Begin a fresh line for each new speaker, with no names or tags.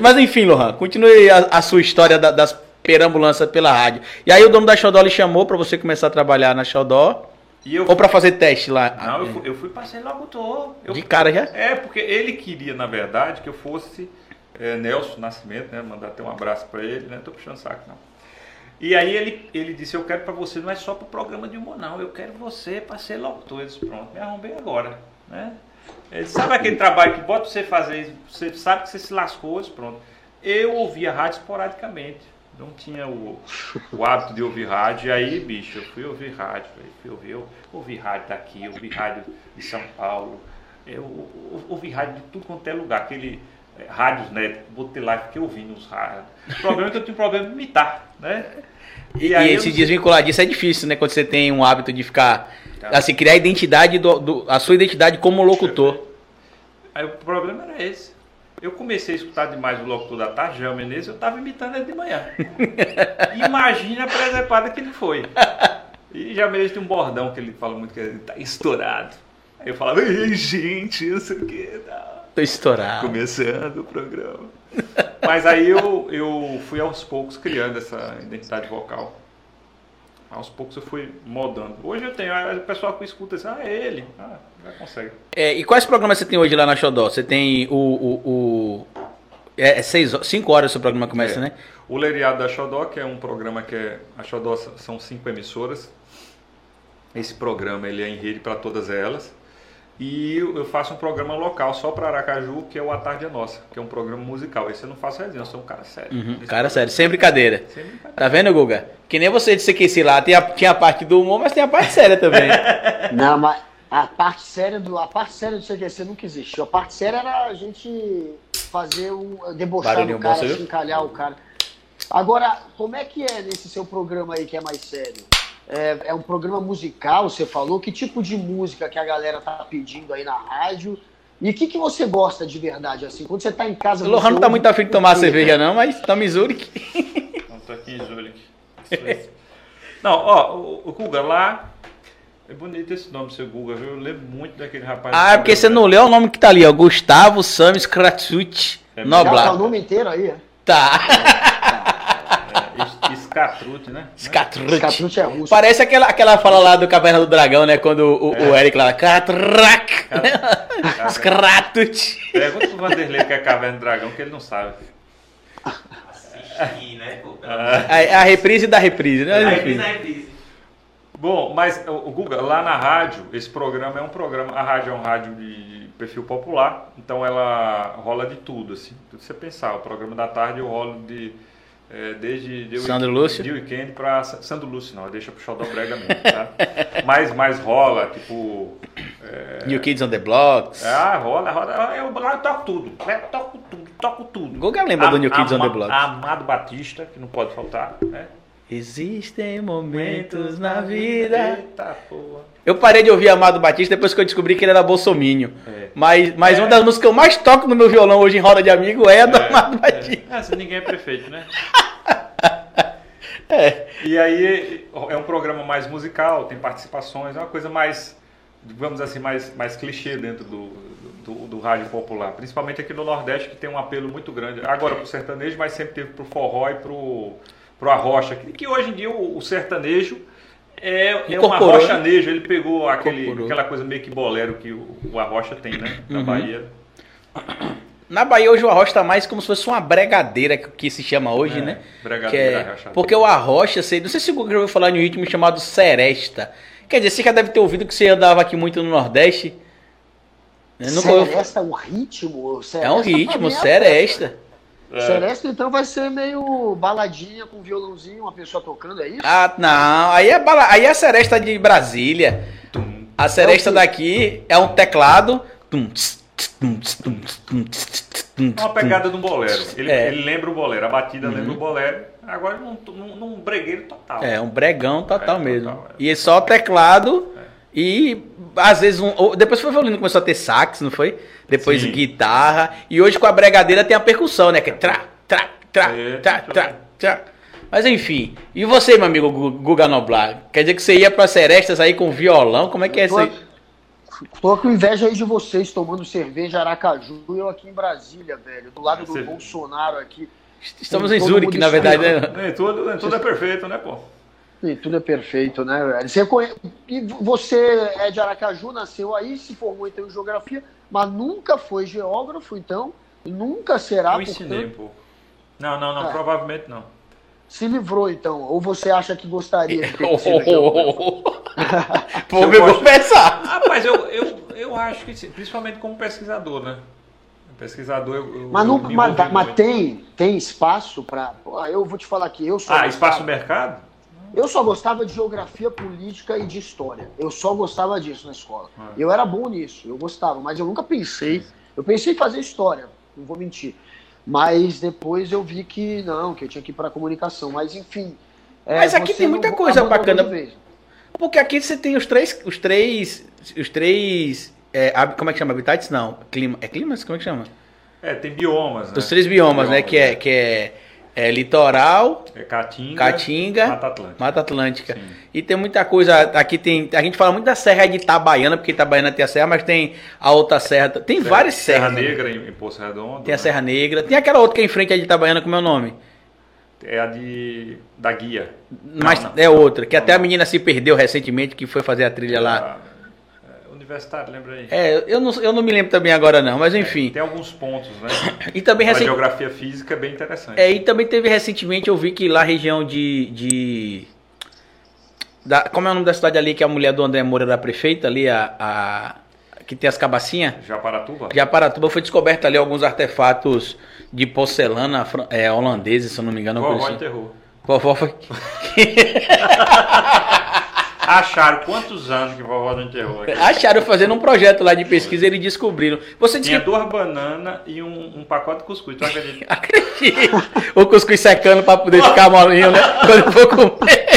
mas enfim, Lohan, continue a, a sua história da- das perambulâncias pela rádio. E aí o dono da Xodó lhe chamou pra você começar a trabalhar na Xodó
E eu,
ou pra fazer teste lá?
não, eu fui, eu fui passei locutor. Eu,
De cara já?
É, porque ele queria, na verdade, que eu fosse é, Nelson Nascimento, né? Mandar até um abraço pra ele, né? Tô puxando saco, não. E aí ele, ele disse, eu quero pra você, não é só pro programa de humor, não. Eu quero você pra ser locutor. Eu disse, pronto, me arrombei agora, né? Ele disse, sabe aquele trabalho que bota você fazer, você sabe que você se lascou, eu disse, pronto. Eu ouvia rádio esporadicamente. Não tinha o, o hábito de ouvir rádio. E aí, bicho, eu fui ouvir rádio. Eu fui ouvir, eu ouvi rádio daqui, eu ouvi rádio de São Paulo. Eu, ou- ouvi rádio de tudo quanto é lugar. Aquele eh, rádios, né? Botei lá e fiquei ouvindo os rádios. O problema é que eu tinha um problema de imitar, né?
E,
aí eu
se
não-
desvincular disso é difícil, né? Quando você tem um hábito de ficar.
Tá.
Assim, criar a identidade do, do- a sua identidade como locutor.
Aí o problema era esse. Eu comecei a escutar demais o locutor da tarde, Jean Menezes, eu estava imitando ele de manhã. Imagina a presepada que ele foi. E Jean Menezes tem um bordão que ele fala muito que ele tá estourado. Aí eu falava, ei, gente, isso aqui tá
Tô estourado.
começando o programa. Mas aí eu, eu fui aos poucos criando essa identidade vocal. Aos poucos eu fui moldando. Hoje eu tenho, aí o pessoal que escuta assim, ah, é ele. Ah, já consegue.
É, e quais programas você tem hoje lá na Xodó? Você tem o. o, o- é, é seis, ho- cinco horas o seu programa começa,
É.
né?
O Leiriado da Xodó, que é um programa que é. A Xodó s- são cinco emissoras. Esse programa ele é em rede para todas elas. E eu eu faço um programa local só para Aracaju, que é o A Tarde é Nossa, que é um programa musical. Esse eu não faço resenha, eu sou um cara sério.
Uhum,
Esse
Cara, sério, sem brincadeira.
Sem brincadeira.
Tá vendo, Guga? Que nem você disse que esse lá tem a, tinha a parte do humor, mas tem a parte séria também.
Não, mas a parte séria do, a parte séria do CQC nunca existiu. A parte séria era a gente fazer o. debochar
Barulhinho
do
bom, você
cara,
viu?
chincalhar o cara. Agora, como é que é nesse seu programa aí que é mais sério? É, é um programa musical, você falou? Que tipo de música que a galera tá pedindo aí na rádio? E o que, que você gosta de verdade, assim? Quando você tá em casa.
O Lohan
você
não tá
ouve
muito afim de tomar
o quê?
cerveja, não, mas tá Zurich.
Não, tô aqui em Zurich. Não, ó, o, o Guga lá. É bonito esse nome, seu Guga, viu? Eu lembro muito daquele rapaz. né?
Ah, é porque você não leu o nome que tá ali, ó. Gustavo Samis Kratsuch
É
Já tá o
Noblar.
nome inteiro aí, é?
Tá.
É, es- Escatrute, né?
Skatruch.
Escatrute é russo.
Parece aquela, aquela fala lá do Caverna do Dragão, né? Quando o, o Eric lá, Catrak, Scratut.
é Pergunta pro Vanderlei que é Caverna do Dragão, que ele não sabe.
Assistir, né, pô? Pelo amor de
Ah,
A, a reprise da reprise, né?
Deus.
Mas,
Aí fiz
enfim.
a reprise.
Bom, mas o o Guga, lá na rádio, esse programa é um programa, a rádio é um rádio de perfil popular, então ela rola de tudo, assim, tudo que você pensar. O programa da tarde eu rolo de é, desde de
Sandro Lúcio?
de weekend para Sandro Lúcio, não, deixa pro Xodó Brega mesmo, tá? mas mais rola, tipo,
New Kids on the Blocks.
ah, rola, rola, eu lá eu toco tudo, lá eu toco tudo, toco tudo.
Guga lembra do New Kids on the
Ama-
Blocks.
Amado Batista, que não pode faltar, né?
Existem momentos na vida.
Eita porra.
Eu parei de ouvir Amado Batista depois que eu descobri que ele era bolsominho.
É.
Mas, mas
É.
uma das músicas que eu mais toco no meu violão hoje em roda de amigo é a do
É,
Amado
é.
Batista.
Ah, se ninguém é prefeito, né?
É.
E aí é um programa mais musical, tem participações, é uma coisa mais, digamos assim, mais, mais clichê dentro do, do, do rádio popular. Principalmente aqui no Nordeste, que tem um apelo muito grande. Agora pro sertanejo, mas sempre teve pro forró e pro, pro arrocha. Que, que hoje em dia o, o sertanejo é, é um
Incorporou, né?
arrochanejo. Ele pegou aquele,
Incorporou.
aquela coisa meio que bolero que o, o arrocha tem, né? Na
Uhum.
Bahia.
Na Bahia hoje o Arrocha tá mais como se fosse uma bregadeira que, que se chama hoje,
É,
né? Que
bregadeira,
é,
arrochadeira.
porque o Arrocha, sei, não sei se o Google já ouviu falar de um ritmo chamado Seresta. Quer dizer, você já deve ter ouvido que você andava aqui muito no Nordeste. né? Nunca ouviu-
Seresta é um ritmo?
É um
Seresta pra
ritmo,
mim é
Seresta.
É.
É. né?
Celeste, então, vai ser meio baladinha com violãozinho, uma pessoa tocando, é isso?
Ah, não. Aí é, bala... Aí é a seresta de Brasília. A seresta
É o quê?
daqui é um teclado. Tum, tss, tss, tum, tss, tum, tss, tum, tss, tss, tum,
É
tss,
uma pegada de um bolero. Ele,
Tipo, É. Uhum.
ele lembra o bolero, a batida lembra o bolero. Agora num, num, num bregueiro total.
tum. É, um bregão total
É,
mesmo.
total, é.
E é só teclado e às vezes um. ou- Depois foi o violino que começou a ter sax, não foi? Depois
Sim.
guitarra. E hoje com a bregadeira tem a percussão, né? Que é tra, tra, tra,
É,
tra,
tudo.
tra, tra. Mas enfim. E você, meu amigo Gu- Guga Noblar? Quer dizer que você ia pra serestas aí com violão? Como é que é isso
Tô-
aí?
Tô com inveja aí de vocês tomando cerveja Aracaju e eu aqui em Brasília, velho. Do
Ah,
lado do
Você-
Bolsonaro aqui.
Estamos
Com
em
todo
Zurique,
mundo
na verdade.
esperando.
né?
Nem tudo, nem tudo é perfeito, né, pô?
E tudo é perfeito, né, velho? Você conhe- E você é de Aracaju, nasceu aí, se formou então em geografia, mas nunca foi geógrafo, então. Nunca será,
Eu ensinei,
portanto,
pô. Não, não, não,
Ah.
provavelmente não.
se livrou, então. Ou você acha que
é né?
gostaria de ter
Oh,
sido
oh,
geógrafo?
oh, oh, oh. Vou me
gosto-
confessar.
Rapaz, eu, eu, eu acho que, sim, principalmente como pesquisador, né? Pesquisador, eu. eu-
Mas,
eu
não,
me
mas,
envolvi
mas
muito.
tem, tem espaço para. Eu vou te falar aqui, eu sou.
Ah, espaço mercado?
Eu só gostava de geografia política e de história. Eu só gostava disso na escola.
Ah.
Eu era bom nisso, eu gostava, mas eu nunca pensei. Eu pensei em fazer história, não vou mentir. Mas depois eu vi que não, que eu tinha que ir para comunicação. Mas enfim. é,
Mas aqui
você
tem
não
muita
vo-
coisa
abandonou
bacana.
de vez.
Porque aqui você tem os três. Os três. Os três. é, hab- como é que chama? Habitats? Não. Clima. É climas? Como é que chama?
É, tem biomas, né?
Os três biomas, né? Que é, que é, é litoral,
É Caatinga,
Caatinga,
Mata Atlântica.
Mata Atlântica.
Sim.
E tem muita coisa. Aqui tem. A gente fala muito da Serra de Itabaiana, porque Itabaiana tem a serra, mas tem a outra serra. Tem várias
Serra
serras. né?
Negra em, em Poço Redondo.
Tem a
né?
Serra Negra. Tem aquela outra que é em frente à de Itabaiana, como é o nome?
É a de. da Guia.
Mas
não.
é outra. Que
Não,
até a
não.
menina se perdeu recentemente, que foi fazer a trilha
Ah,
lá.
É, universitário, lembra aí?
É, eu não, eu não me lembro também agora, não, mas enfim.
É, Tem alguns pontos, né?
E também
A
recente.
geografia física é bem interessante.
É, e também teve recentemente, eu vi que lá região de. de da, como é o nome da cidade ali que a mulher do André Moura era prefeita ali, a, a- que tem as cabacinhas?
Japaratuba?
De Aparatuba foi descoberto ali alguns artefatos de porcelana fran- é, holandesa, se eu não me engano. uma
Vovó
coisa assim.
enterrou.
Vovó foi.
Acharam quantos anos que vovó não enterrou? aqui?
Acharam fazendo um projeto lá de pesquisa e eles descobriram. Você disse
Tinha
que.
duas bananas e um, um pacote de cuscuz, tu acredita?
Acredito. O cuscuz secando pra poder ficar molinho, né? Quando for comer.